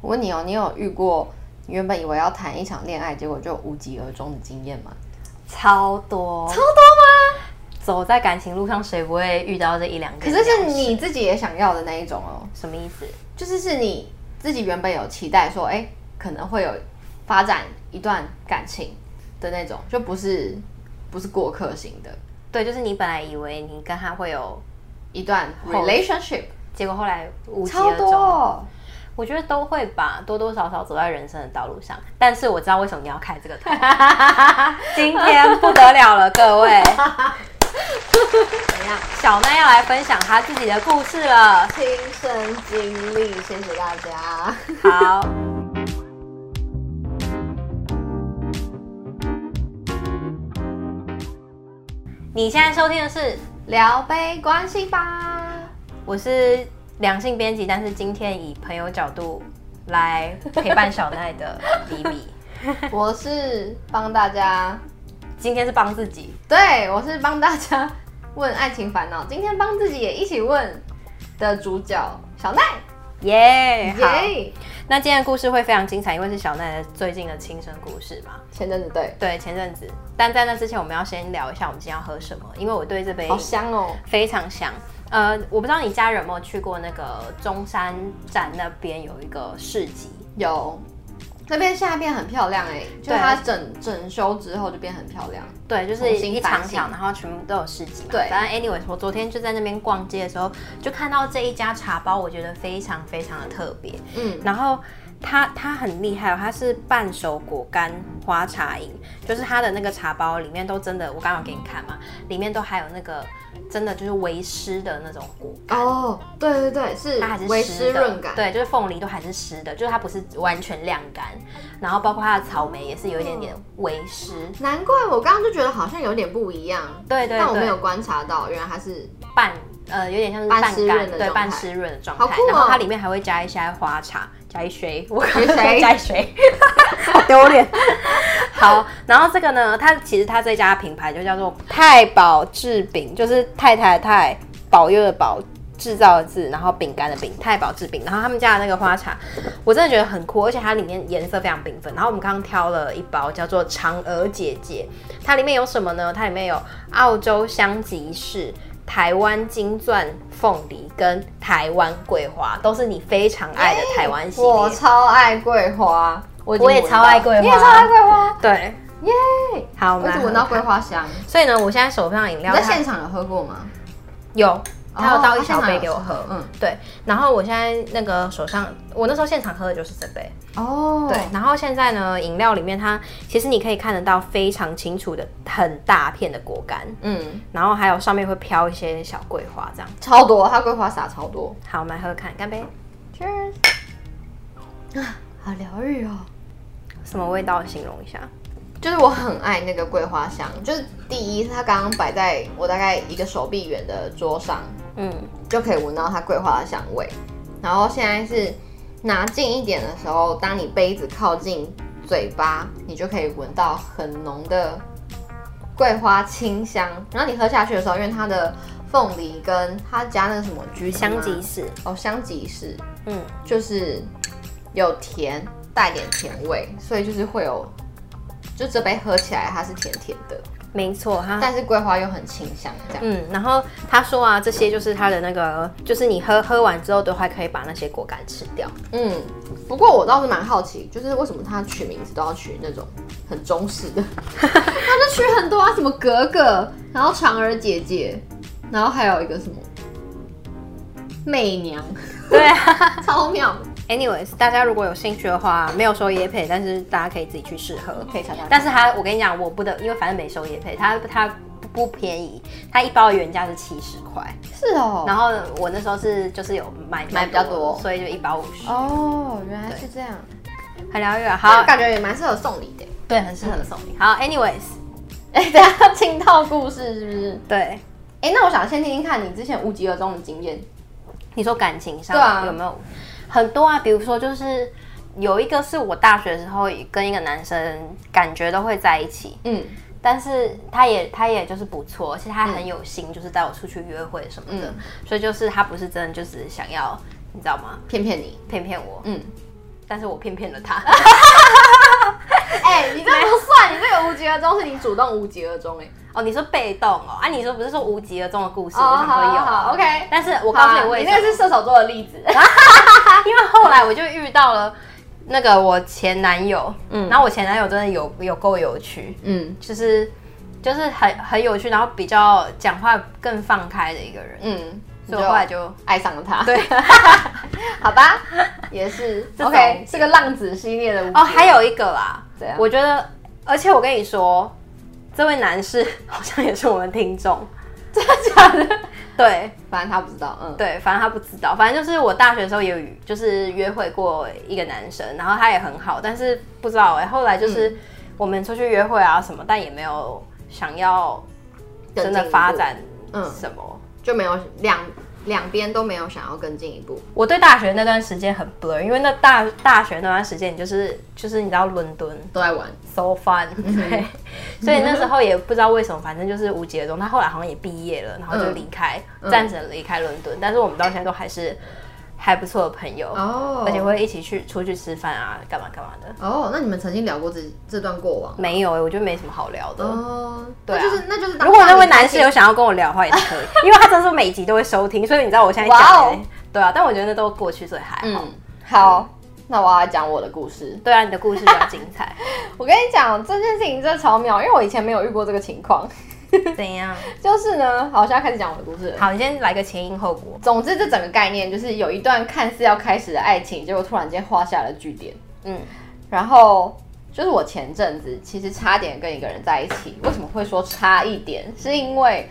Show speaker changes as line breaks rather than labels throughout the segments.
我问你哦，你有遇过你原本以为要谈一场恋爱，结果就无疾而终的经验吗？
超多，
超多吗？
走在感情路上，谁不会遇到这一两个？
可是是你自己也想要的那一种哦，
什么意思？
就是是你自己原本有期待说，哎，可能会有发展一段感情的那种，就不是不是过客型的
对，就是你本来以为你跟他会有，
一段
后
relationship，
结果后来无疾
超
而
多
终。
哦。
我觉得都会吧，多多少少走在人生的道路上。但是我知道为什么你要开这个 头，今天不得了了，各位。
怎样？
小奈要来分享她自己的故事了。
亲身经历，谢谢大家。
好，你现在收听的是，
聊杯关系吧。
我是两性编辑，但是今天以朋友角度来陪伴小奈的比比。
我是帮大家，
今天是帮自己，
对我是帮大家问爱情烦恼，今天帮自己也一起问的主角小奈，
耶、好。
耶！
那今天的故事会非常精彩，因为是小奈的最近的亲身故事嘛。
前阵子对，
对，前阵子，但在那之前，我们要先聊一下我们今天要喝什么，因为我对这杯
好香哦，
非常香。呃，我不知道你家人有没有去过那个中山站那边有一个市集，
有。那边现在变很漂亮哎、就是它整整修之后就变很漂亮。
对，就
重
是
新
一
翻
长
新
条，然后全部都有市集嘛。
对
反正 anyways，我昨天就在那边逛街的时候，就看到这一家茶包，我觉得非常非常的特别。
嗯，
然后它它很厉害、哦，它是半熟果干花茶饮，就是它的那个茶包里面都真的，我刚刚有给你看嘛，里面都还有那个真的就是微湿的那种果干。
哦，对对对，
它还
是
是
微湿
湿的
润感。
对，就是凤梨都还是湿的，就是它不是完全晾干，然后包括它的草莓也是有一点点
嗯
微湿，
难怪我刚刚就觉得好像有点不一样，
对对
但我没
对
有观察到，原来它是
半呃有点像是
半
半
湿
干，
润的
对，
状
半
态
湿润的状态，
好酷哦
然后它里面还会加一些花茶，加一水，我
一水
加 一水，好丢脸。好，然后这个呢，它其实它这家品牌就叫做太保制饼，就是太太的太保佑的保。制造的制，然后饼干的饼，太保制饼，然后他们家的那个花茶，我真的觉得很酷，而且它里面颜色非常缤纷。然后我们刚刚挑了一包叫做嫦娥姐姐，它里面有什么呢？它里面有澳洲香吉士、台湾金钻凤梨跟台湾桂花，都是你非常爱的台湾系列。
我超爱桂花，我已经
我也
闻到
超爱桂花
你也超爱桂花，
对，
耶！
好，我
我
们
一
来
直
喝
闻到桂花香。
所以呢，我现在手上饮
你
料
在
它
现场有喝过吗？
有，它有倒
哦
一小杯给我喝。
它现场有
对，然后我现在那个手上，我那时候现场喝的就是这杯。
嗯，哦，
对，然后现在呢，饮料里面它其实你可以看得到非常清楚的很大片的果干，
嗯，
然后还有上面会飘一些小桂花这样。
超多，它桂花撒超多。
好，我们来喝看，干杯。
Cheers！啊，好疗愈哦。
什么味道？形容一下。
就是我很爱那个桂花香，就是第一，它刚刚摆在我大概一个手臂远的桌上，
嗯，
就可以闻到它桂花的香味。然后现在是拿近一点的时候，当你杯子靠近嘴巴，你就可以闻到很浓的桂花清香。然后你喝下去的时候，因为它的凤梨跟它加那个什么橘子吗
香吉士。
哦香吉士，
嗯，
就是有甜带点甜味，所以就是会有。就这杯喝起来它是甜甜的，
没错，它
但是桂花又很清香，这样。
嗯，然后他说啊，这些就是他的那个，就是你喝喝完之后都还可以把那些果干吃掉。
嗯，不过我倒是蛮好奇，就是为什么他取名字都要取那种很中式的，他就取很多啊，什么格格，然后嫦娥姐姐，然后还有一个什么媚娘，
对啊
超妙，
，anyways，大家如果有兴趣的话，没有收椰配，但是大家可以自己去试喝。
可以查查
但是它，我跟你讲，我不得，因为反正没收椰配，它它不不便宜，它一包的原价是七十块，
是哦，
然后我那时候是就是有买
买比较多
所以就一包五十，
哦，原来是这样，
很疗愈啊。
但
好，
感觉也蛮适合送礼的。
对，很适合送你。好，anyways，
哎、等一下听到故事是不是？
对，
哎、那我想先听听看你之前无疾而终的经验。
你说感情上
对啊
有没有很多啊？比如说，就是有一个是我大学的时候跟一个男生感觉都会在一起，
嗯
但是他也他也就是不错，而且他很有心，就是带我出去约会什么的，
嗯，
所以就是他不是真的就只是想要你知道吗？
骗骗你，
骗骗我，
嗯，
但是我骗骗了他。
哎、你这不算，你这个无疾而终是你主动无疾而终哎、
哦，你说被动哦，啊，你说不是说无疾而终的故事，
哦
我想说有啊
好好好，OK
但是我
我
告诉你为
你
什么
那个是射手座的例子。
因为 后来我就遇到了那个我前男友，
嗯
然后我前男友真的有有够有趣，
嗯
就是就是很很有趣，然后比较讲话更放开的一个人，
嗯，
所以我后来就
爱上了他。
对，
好吧，也是
这种
OK，是个浪子系列的无
哦，
疾
还有一个啦
怎样，
我觉得，而且我跟你说，这位男士好像也是我们听众，
真的假的？
对
反正他不知道，嗯，
对，反正他不知道，反正就是我大学的时候也有就是约会过一个男生，然后他也很好，但是不知道哎、后来就是我们出去约会啊什么，但也没有想要
更进
真的
一步
发展
嗯
什么。
就没有两两边都没有想要更进一步。
我对大学那段时间很 blur，因为那大大学那段时间，你就是就是你知道伦敦
都在玩，
so fun，对， 所以那时候也不知道为什么，反正就是无疾而终。他后来好像也毕业了，然后就离开，暂时离开伦敦，但是我们到现在都还是还不错的朋友，
哦
而且会一起去出去吃饭啊，干嘛干嘛的。
哦，那你们曾经聊过这这段过往？
没有、欸，我觉得没什么好聊的。
哦，
对
那
啊
就是那就是当
如果那位
你开
男
心
士有想要跟我聊的话，也是可以，因为他真的是每集都会收听，所以你知道我现在讲、
哇
欸
哦
对啊，但我觉得那都过去，所以还好。
嗯，好，那我要讲我的故事。
对啊，你的故事比较精彩。
我跟你讲这件事情真的超妙，因为我以前没有遇过这个情况。
怎样？
就是呢，好，我现在开始讲我的故事了。
好，你先来个前因后果。
总之，这整个概念就是有一段看似要开始的爱情，结果突然间画下了句点。
嗯，
然后就是我前阵子其实差点跟一个人在一起，为什么会说差一点？是因为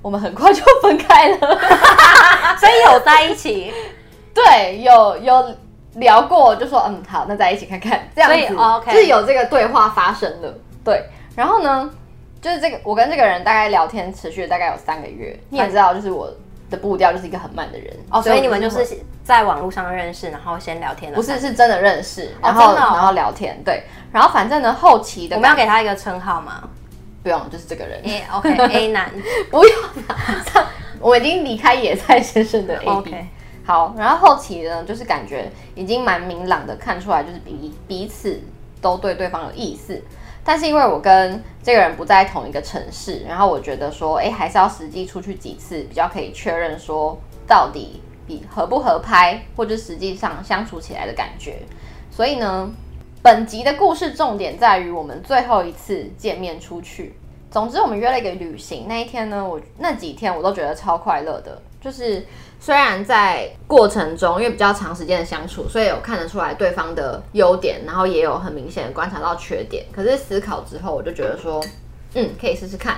我们很快就分开了。
啊所以有在一起，
对，有有聊过，就说嗯好，那在一起看看这样
所
子，
以哦，OK
就是有这个对话发生了。对，然后呢，就是这个我跟这个人大概聊天持续了大概有三个月，你
你也
也知道，就是我的步调就是一个很慢的人
哦，所以你们就
我
是在网络上认识，然后先聊天了。
不是是真的认识，
哦
然后、
真的哦
然后聊天，对，然后反正呢后期的
我们要给他一个称号吗
不用就是这个 人，
？A OK A 男
不用啦，我已经离开野菜先生的 A B。
OK，
好，然后后期呢，就是感觉已经蛮明朗的看出来，就是彼彼此都对对方有意思。但是因为我跟这个人不在同一个城市，然后我觉得说，哎，还是要实际出去几次，比较可以确认说到底比合不合拍，或者实际上相处起来的感觉。所以呢，本集的故事重点在于我们最后一次见面出去。总之，我们约了一个旅行。那一天呢，我那几天我都觉得超快乐的。就是虽然在过程中，因为比较长时间的相处，所以有看得出来对方的优点，然后也有很明显的观察到缺点。可是思考之后，我就觉得说，嗯，可以试试看。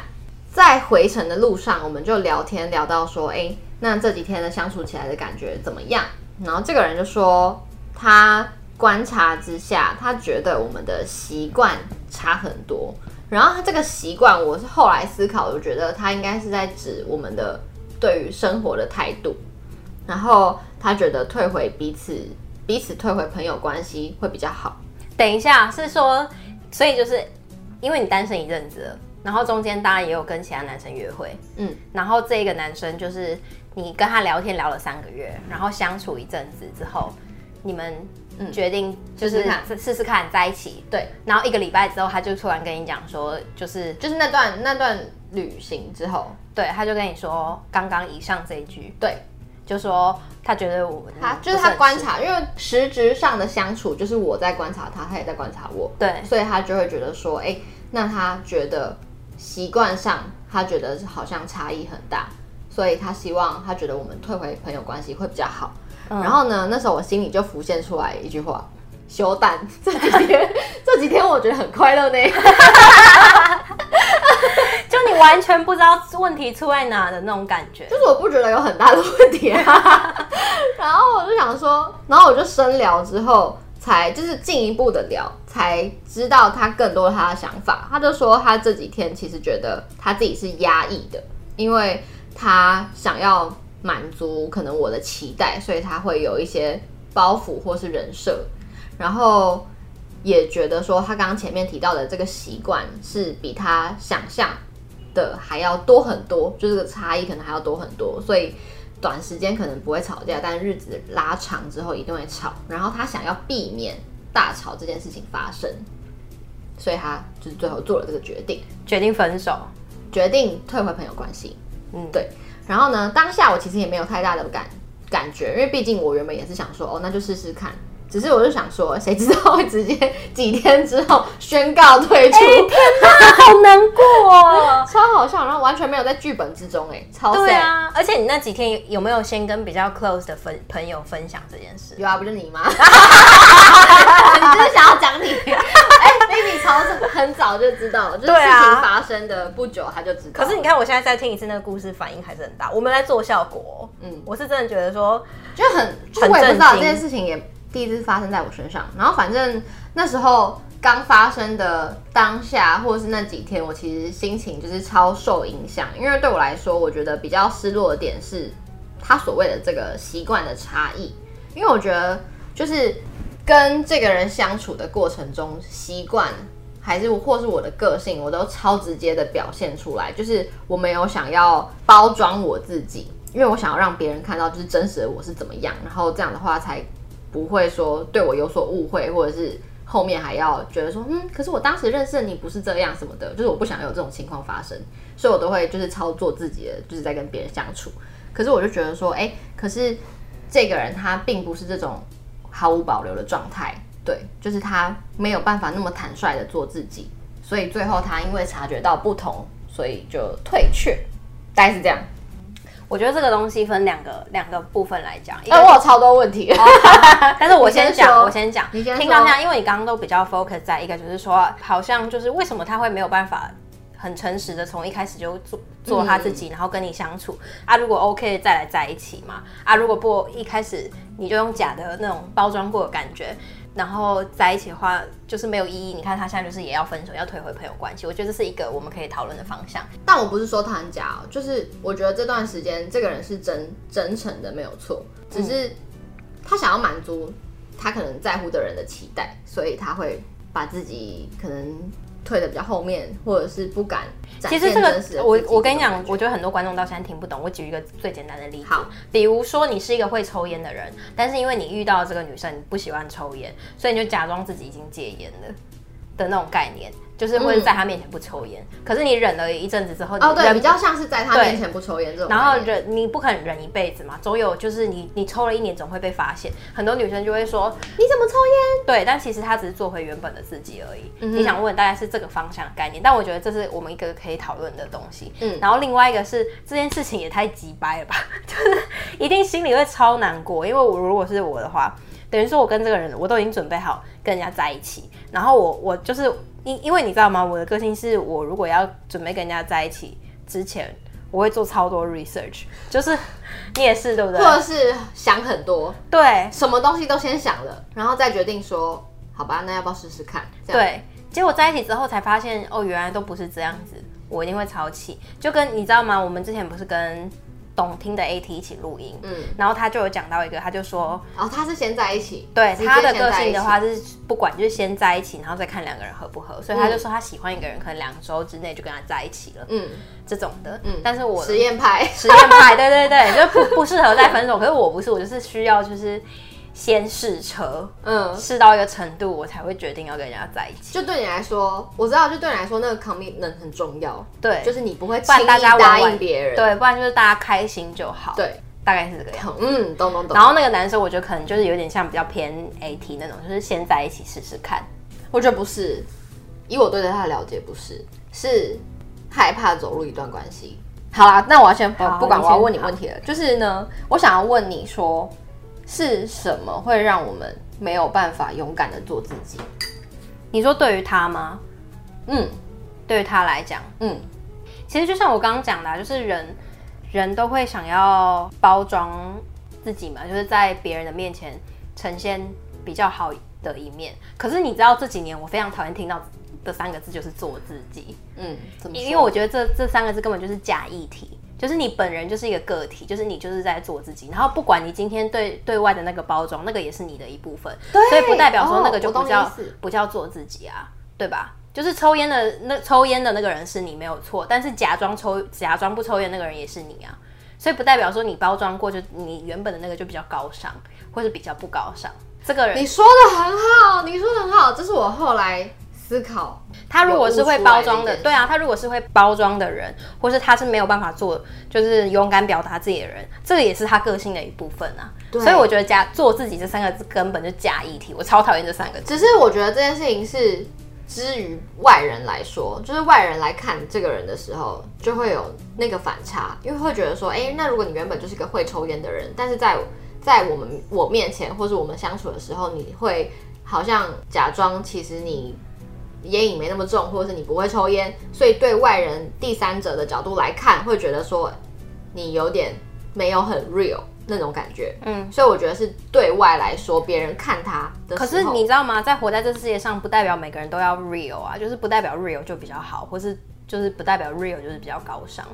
在回程的路上，我们就聊天聊到说，哎、那这几天的相处起来的感觉怎么样？然后这个人就说，他观察之下，他觉得我们的习惯差很多。然后他这个习惯，我是后来思考，我觉得他应该是在指我们的对于生活的态度。然后他觉得退回彼此，彼此退回朋友关系会比较好。
等一下是说，所以就是因为你单身一阵子了，然后中间当然也有跟其他男生约会，
嗯，
然后这个男生就是你跟他聊天聊了三个月，然后相处一阵子之后，你们
嗯
决定就
试
是
试看
试试看在一起，
对，
然后一个礼拜之后，他就突然跟你讲说，就是
就是那段那段旅行之后，
对，他就跟你说刚刚以上这一句，
对
就说他觉得我
他
嗯
就是
不
他
很
观
适
察，因为实质上的相处就是我在观察他，他也在观察我，
对
所以他就会觉得说，哎、那他觉得习惯上，他觉得好像差异很大，所以他希望他觉得我们退回朋友关系会比较好。然后呢，那时候我心里就浮现出来一句话：修蛋。这几天 这几天我觉得很快乐呢。
就你完全不知道问题出在哪的那种感觉。
就是我不觉得有很大的问题啊。 然后我就想说，然后我就深聊之后，才就是进一步的聊，才知道他更多他的想法。他就说他这几天其实觉得他自己是压抑的，因为他想要满足可能我的期待，所以他会有一些包袱或是人设，然后。也觉得说他刚刚前面提到的这个习惯是比他想象的还要多很多，就是这个差异可能还要多很多，所以短时间可能不会吵架，但日子拉长之后一定会吵。然后他想要避免大吵这件事情发生，所以他就是最后做了这个决定，
决定分手。
决定退回朋友关系。
嗯，
对然后呢，当下我其实也没有太大的感感觉，因为毕竟我原本也是想说，哦，那就试试看。只是我就想说，谁知道会直接几天之后宣告退出，
好难过哦。
哎超好笑，然后完全没有在剧本之中、哎，超 sad
对，啊，而且你那几天有有没有先跟比较 close 的分朋友分享这件事？
有啊，不就你 吗？你就是想要讲你，哎、b a b y 超很早就知道了，就是事
对啊
情发生的不久他就知道。
可是你，看，我现在再听一次那个故事，反应还是很大。我们在做效果，
嗯，
我是真的觉得说，
就很，就我也不知道
震惊
这件事情也第一次发生在我身上。然后反正那时候刚发生的当下，或者是那几天，我其实心情就是超受影响，因为对我来说，我觉得比较失落的点是他所谓的这个习惯的差异，因为我觉得就是跟这个人相处的过程中，习惯还是或是我的个性，我都超直接的表现出来，就是我没有想要包装我自己，因为我想要让别人看到就是真实的我是怎么样，然后这样的话才不会说对我有所误会，或者是后面还要觉得说，嗯，可是我当时认识的你不是这样什么的，就是我不想有这种情况发生，所以我都会就是操作自己的，就是在跟别人相处。可是我就觉得说，哎、可是这个人他并不是这种毫无保留的状态，对，就是他没有办法那么坦率的做自己，所以最后他因为察觉到不同，所以就退却，大概是这样。
我觉得这个东西分两个两个部分来讲。一个
哎、我有超多问题，
哦 但是我先
你先说
讲，我先讲。
你先说
听到这样，因为你刚刚都比较 focus 在一个，就是说，好像就是为什么他会没有办法很诚实的从一开始就做做他
嗯
自己，然后跟你相处啊？如果 OK 再来在一起嘛啊？如果不一开始你就用假的那种包装过的感觉。然后在一起的话，就是没有意义。你看他现在就是也要分手，要退回朋友关系。我觉得这是一个我们可以讨论的方向。
但我不是说他很假哦，就是我觉得这段时间这个人是真真诚的，没有错，只
嗯
是他想要满足他可能在乎的人的期待，所以他会把自己可能退的比较后面，或者是不敢展
其
现
实这
真实的
个，我
自己
我跟你讲
这，种
我觉得很多观众到现在听不懂。我举一个最简单的例子
好，
比如说你是一个会抽烟的人，但是因为你遇到这个女生，你不喜欢抽烟，所以你就假装自己已经戒烟了的那种概念，就是会
嗯
在她面前不抽烟。可是你忍了一阵子之后，
感觉哦，
你
对，
忍
比较像是在他
对
面前不抽烟这种概
然
念，
后忍，你不肯忍一辈子嘛，总有就是你你抽了一年总会被发现。很多女生就会说，
你怎么抽烟？
对，但其实她只是做回原本的自己而已。
嗯哼
你想问大概是这个方向的概念，但我觉得这是我们一个可以讨论的东西。
嗯
嗯，然后另外一个是这件事情也太鸡掰了吧， 就是一定心里会超难过，因为我如果是我的话，等于说我跟这个人我都已经准备好跟人家在一起，然后我我就是因因为你知道吗，我的个性是我如果要准备跟人家在一起之前。我会做超多 research，就是 你也是对不对？
或者是想很多，
对，
什么东西都先想了，然后再决定说，好吧，那要不要试试看？这样，
对，结果在一起之后才发现，哦，原来都不是这样子，我一定会超气。就跟你知道吗？我们之前不是跟懂听的 AT 一起录音，
嗯，
然后他就有讲到一个，他就说，
然哦后他是先在一起，
对
直接
他的
先
个
在一
性的
起
话是不管就是先在一起，然后再看两个人合不合，所以他就说他喜欢一个人，可能两周之内就跟他在一起了，
嗯，
这种的。
嗯
嗯，但是我
实验派，
实验派，对对对，就不不适合再分手。可是我不是，我就是需要就是先试车，
嗯，
试到一个程度，我才会决定要跟人家在一起。
就对你来说，我知道，就对你来说，那个 commitment 很重要，
对，
就是你不会
不
轻易
然大家
答
玩玩
应别人，
对，不然就是大家开心就好，，
对，
大概是这个样子。
嗯，懂懂懂
然。后那个男生，我觉得可能就是有点像比较偏 AT 那种，就是先在一起试试看。
我觉得不是，以我对他的了解，不是，是害怕走入一段关系。好啦，那我要先不
好
不管，
你
我
先
要问你问题了，就是呢，我想要问你说，是什么会让我们没有办法勇敢的做自己？
你说对于他吗？
嗯
对于他来讲，
嗯，
其实就像我刚刚讲的啊、就是人人都会想要包装自己嘛，就是在别人的面前呈现比较好的一面。可是你知道这几年我非常讨厌听到的三个字就是做自己。
嗯，怎么说？
因为我觉得这这三个字根本就是假议题，就是你本人就是一个个体，就是你就是在做自己，然后不管你今天对对外的那个包装，那个也是你的一部分，
对
所以不代表说那
哦
个就
我懂
不叫、
你意思
不叫做自己啊，对吧？就是抽烟的那抽烟的那个人是你没有错，但是假装抽假装不抽烟那个人也是你啊。所以不代表说你包装过就你原本的那个就比较高尚，或是比较不高尚。这个人
你说的很好，你说的很好，这是我后来思考。
他如果是会
有
包装
悟出来的一
的，
点
对啊，他如果是会包装的人，或是他是没有办法做，就是勇敢表达自己的人，这个也是他个性的一部分啊。
对
所以我觉得假做自己这三个字根本就假议题，我超讨厌这三个字。
只是我觉得这件事情是，之于外人来说，就是外人来看这个人的时候，就会有那个反差，因为会觉得说，哎、那如果你原本就是一个会抽烟的人，但是在在我们我面前或是我们相处的时候，你会好像假装其实你烟瘾没那么重，或者是你不会抽烟，所以对外人第三者的角度来看，会觉得说你有点没有很 real 那种感觉。
嗯，
所以我觉得是对外来说，别人看他的时
可
候，
是你知道吗？在活在这世界上，不代表每个人都要 real 啊，就是不代表 real 就比较好，或是就是不代表 real 就是比较高尚。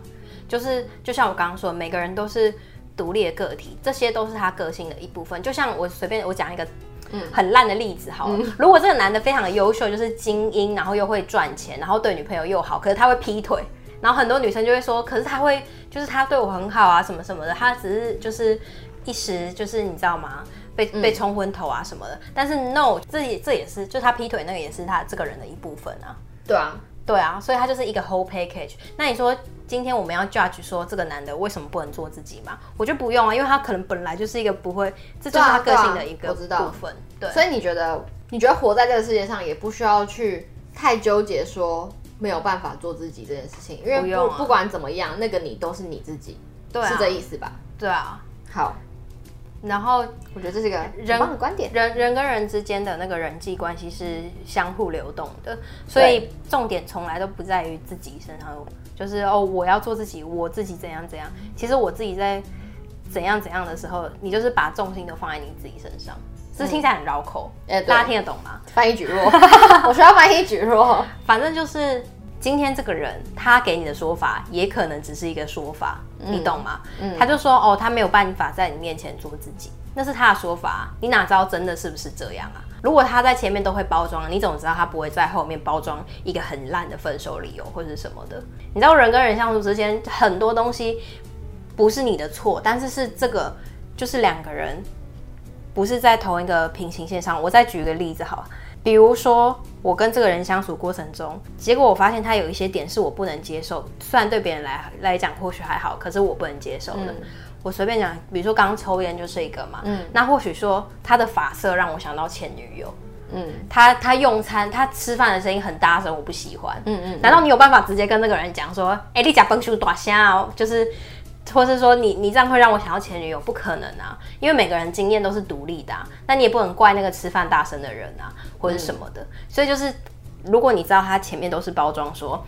就是就像我刚刚说，每个人都是独立的个体，这些都是他个性的一部分。就像我随便我讲一个。
嗯
很烂的例子好了，如果这个男的非常的优秀，就是精英，然后又会赚钱，然后对女朋友又好，可是他会劈腿，然后很多女生就会说，可是他会就是他对我很好啊，什么什么的，他只是就是一时就是你知道吗？被
嗯
被冲昏头啊什啊么的，但是 no，这也这也是，就他劈腿那个也是他这个人的一部分啊。
对啊，
对啊，所以他就是一个 whole package。那你说今天我们要 judge 说这个男的为什么不能做自己吗？我就不用啊，因为他可能本来就是一个不会，这就是他
对
个
啊
性的一个
我知道
部分。对,、
所以你觉得，你觉得活在这个世界上也不需要去太纠结说没有办法做自己这件事情，因为
不
不
用啊
不管怎么样，那个你都是你自己，
对啊
是这意思吧？
对啊。
好，
然后
我觉得这是一个
人
很
啊
棒的观点。
人人跟人之间的那个人际关系是相互流动的，所以重点从来都不在于自己身上，就是哦，我要做自己，我自己怎样怎样。其实我自己在怎样怎样的时候，你就是把重心都放在你自己身上，这听起来很绕口，
哎嗯对
大家听得懂吗？
翻译举弱， 我需要翻译举弱。
反正就是今天这个人他给你的说法，也可能只是一个说法，你懂吗？他就说哦，他没有办法在你面前做自己，那是他的说法，啊你哪知道真的是不是这样啊？如果他在前面都会包装，你怎么知道他不会在后面包装一个很烂的分手理由或者什么的？你知道人跟人相处之间很多东西不是你的错，但是是这个就是两个人不是在同一个平行线上。我再举一个例子好了，比如说我跟这个人相处过程中，结果我发现他有一些点是我不能接受，虽然对别人来来讲或许还好，可是我不能接受的。我随便讲，比如说刚刚抽烟就是一个嘛，嗯，那或许说他的发色让我想到前女友，
嗯
他他用餐他吃饭的声音很大声，我不喜欢，
嗯嗯，
难道你有办法直接跟那个人讲说，哎、你讲崩叔短虾哦，就是，或是说你你这样会让我想要前女友？不可能啊，因为每个人经验都是独立的、啊，那你也不能怪那个吃饭大声的人啊，或者什么
嗯
的。所以就是，如果你知道他前面都是包装说，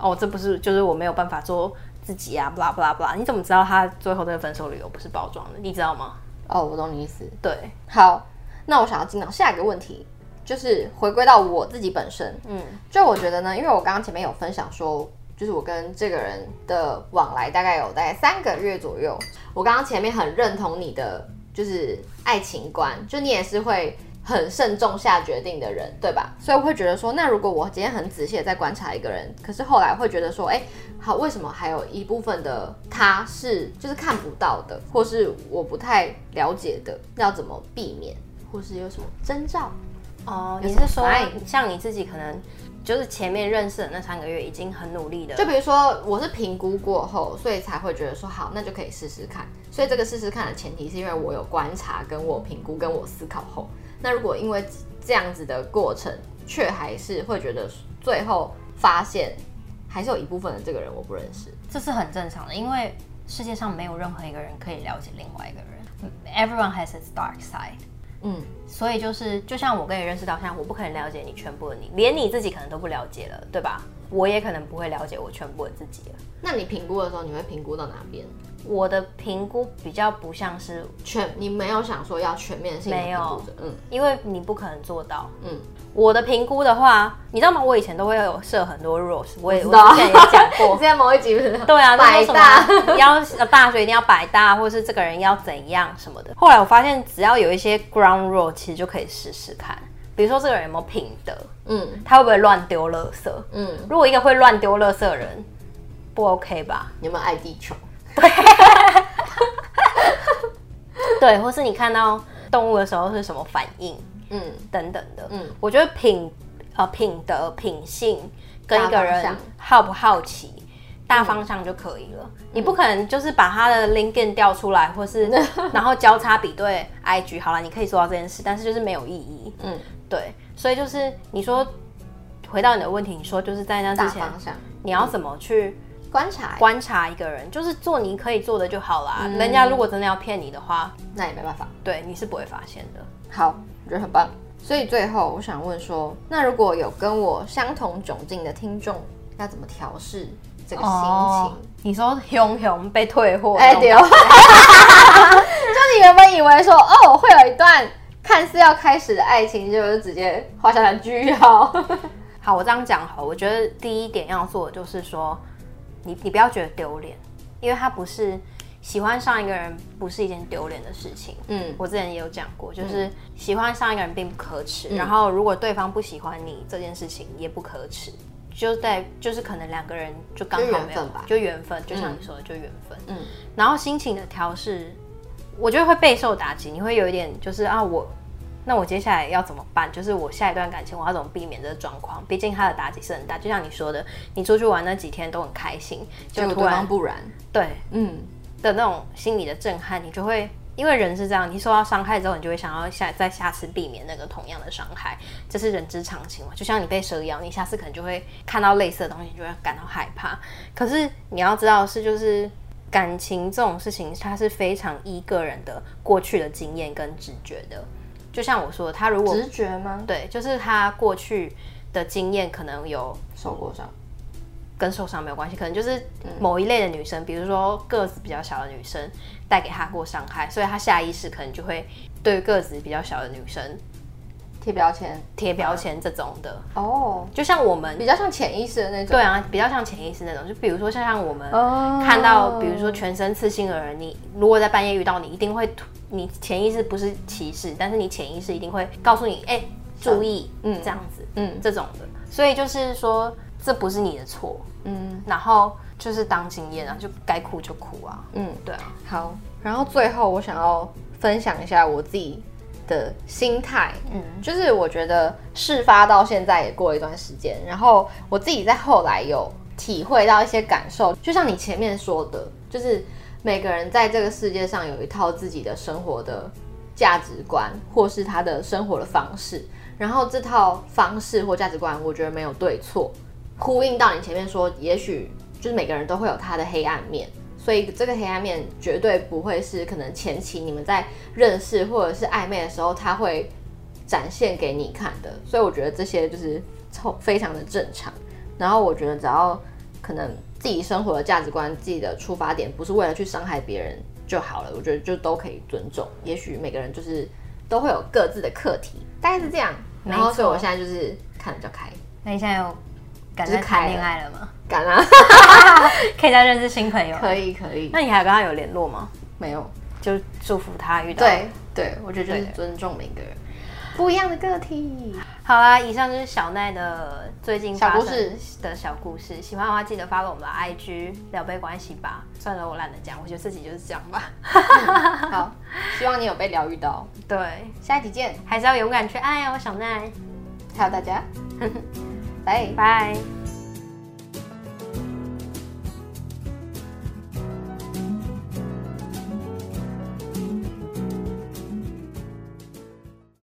哦，这不是就是我没有办法做自己啊，blah blah blah，你怎么知道他最后这个分手理由不是包装的？你知道吗？
哦，我懂你意思。
对，
好，那我想要进到下一个问题，就是回归到我自己本身。
嗯
就我觉得呢，因为我刚刚前面有分享说，就是我跟这个人的往来大概有大概三个月左右。我刚刚前面很认同你的就是爱情观，就你也是会很慎重下决定的人，对吧？所以我会觉得说，那如果我今天很仔细的在观察一个人，可是后来会觉得说，哎，好，为什么还有一部分的他是就是看不到的，或是我不太了解的，要怎么避免，或是有什么征兆？
哦，
有
你
什么
是说
反
像你自己可能就是前面认识的那三个月已经很努力的，
就比如说，我是评估过后，所以才会觉得说好，那就可以试试看。所以这个试试看的前提是因为我有观察、跟我评估、跟我思考后。那如果因为这样子的过程，却还是会觉得最后发现还是有一部分的这个人我不认识。
这是很正常的，因为世界上没有任何一个人可以了解另外一个人。Everyone has its dark side，
嗯，
所以就是就像我跟你认识到现在，我不可能了解你全部的你，连你自己可能都不了解了，对吧？我也可能不会了解我全部的自己了。
那你评估的时候，你会评估到哪边？
我的评估比较不像是，
全你没有想说要全面性的
没
评
有
估着，嗯
因为你不可能做到。
嗯，
我的评估的话，你知道吗？我以前都会有设很多 rules，我也
知
我
道
之前也讲过
你，在某一集不是
对啊，
百
百
大
大 要呃大学一定要百大，或是这个人要怎样什么的。后来我发现，只要有一些 ground rule，其实就可以试试看。比如说这个人有没有品德，
嗯
他会不会乱丢垃圾？
嗯，
如果一个会乱丢垃圾的人，不 OK 吧？
你有没有爱地球？
对，或是你看到动物的时候是什么反应
嗯
等等的。
嗯，
我觉得品呃品德品性跟一个
大方
人
向
好不好奇大方向就可以了。
嗯
你不可能就是把他的 LinkedIn 调出来，或是然后交叉比对 IG。好了，你可以做到这件事，但是就是没有意义。
嗯，
对，所以就是你说回到你的问题，你说就是在那
大
之前
方向
你要怎么去
观察，
观察一个人，就是做你可以做的就好啦。
嗯
人家如果真的要骗你的话，
那也没办法。
对你是不会发现的。
好，我觉得很棒。所以最后我想问说，那如果有跟我相同窘境的听众，要怎么调试这个心情？，
哦你说熊熊被退货，
哎、 对哦，就你原本以为说哦会有一段看似要开始的爱情，就是直接画下了句 号。
好，我这样讲好，我觉得第一点要做的就是说，你你不要觉得丢脸，因为他不是喜欢上一个人不是一件丢脸的事情。
嗯
我之前也有讲过，就是喜欢上一个人并不可耻，
嗯
然后如果对方不喜欢你这件事情也不可耻，就在就是可能两个人就刚
就
好
缘
没有
分吧
就缘分，就像你说的，就缘分。
嗯
然后心情的调试，我觉得会备受打击，你会有一点就是啊，我那我接下来要怎么办？就是我下一段感情我要怎么避免这个状况？毕竟它的打击是很大，就像你说的，你出去玩那几天都很开心，
结
就
果
突
对
然
方不然，
对
嗯，
的那种心理的震撼，你就会。因为人是这样，你受到伤害之后，你就会想要下再下次避免那个同样的伤害，这是人之常情嘛。就像你被蛇咬，你下次可能就会看到类似的东西，你就会感到害怕。可是你要知道的是，就是感情这种事情，它是非常依个人的过去的经验跟直觉的。就像我说的，他如果
直觉吗？
对，就是他过去的经验可能有
受过伤，
跟受伤没有关系，可能就是
嗯
某一类的女生，比如说个子比较小的女生带给她过伤害，所以她下意识可能就会对个子比较小的女生
贴标签
贴标签这种的，
哦，
就像我们
比较像潜意识的那种。
对啊，比较像潜意识那种，就比如说像像我们
哦
看到，比如说全身刺青的人，你如果在半夜遇到，你一定会突，你潜意识不是歧视，但是你潜意识一定会告诉你，哎、注意，嗯，这样子，
嗯
这种的，所以就是说这不是你的错，
嗯
然后就是当经验啊，就该哭就哭啊，
嗯，
对啊，
好。然后最后我想要分享一下我自己的心态，
嗯
就是我觉得事发到现在也过了一段时间，然后我自己在后来有体会到一些感受，就像你前面说的，就是每个人在这个世界上有一套自己的生活的价值观，或是他的生活的方式，然后这套方式或价值观，我觉得没有对错，呼应到你前面说，也许就是每个人都会有他的黑暗面，所以这个黑暗面绝对不会是可能前期你们在认识或者是暧昧的时候他会展现给你看的，所以我觉得这些就是超非常的正常。然后我觉得只要可能自己生活的价值观、自己的出发点不是为了去伤害别人就好了，我觉得就都可以尊重。也许每个人就是都会有各自的课题，大概是这样。
没
然后所以
错
我现在就是看得比较开。
那你现在有敢
就是
再
开
谈
了
恋爱了吗？
敢啊！
可以再认识新朋友，
可以可以，
那你还有跟他有联络吗？
没有。
就祝福他遇到
对对，我觉得就是
对
尊重每个人不一样的个 体。
好啦，以上就是小奈的最近发
小故
生
事
的小故事。喜欢的话记得发给我们的 IG 聊杯关系吧。算了，我懒得讲，我觉得自己就是这样吧。
好，希望你有被疗愈到。
对，
下一集见，
还是要勇敢去爱哦，小奈。
还有大家，拜。
拜。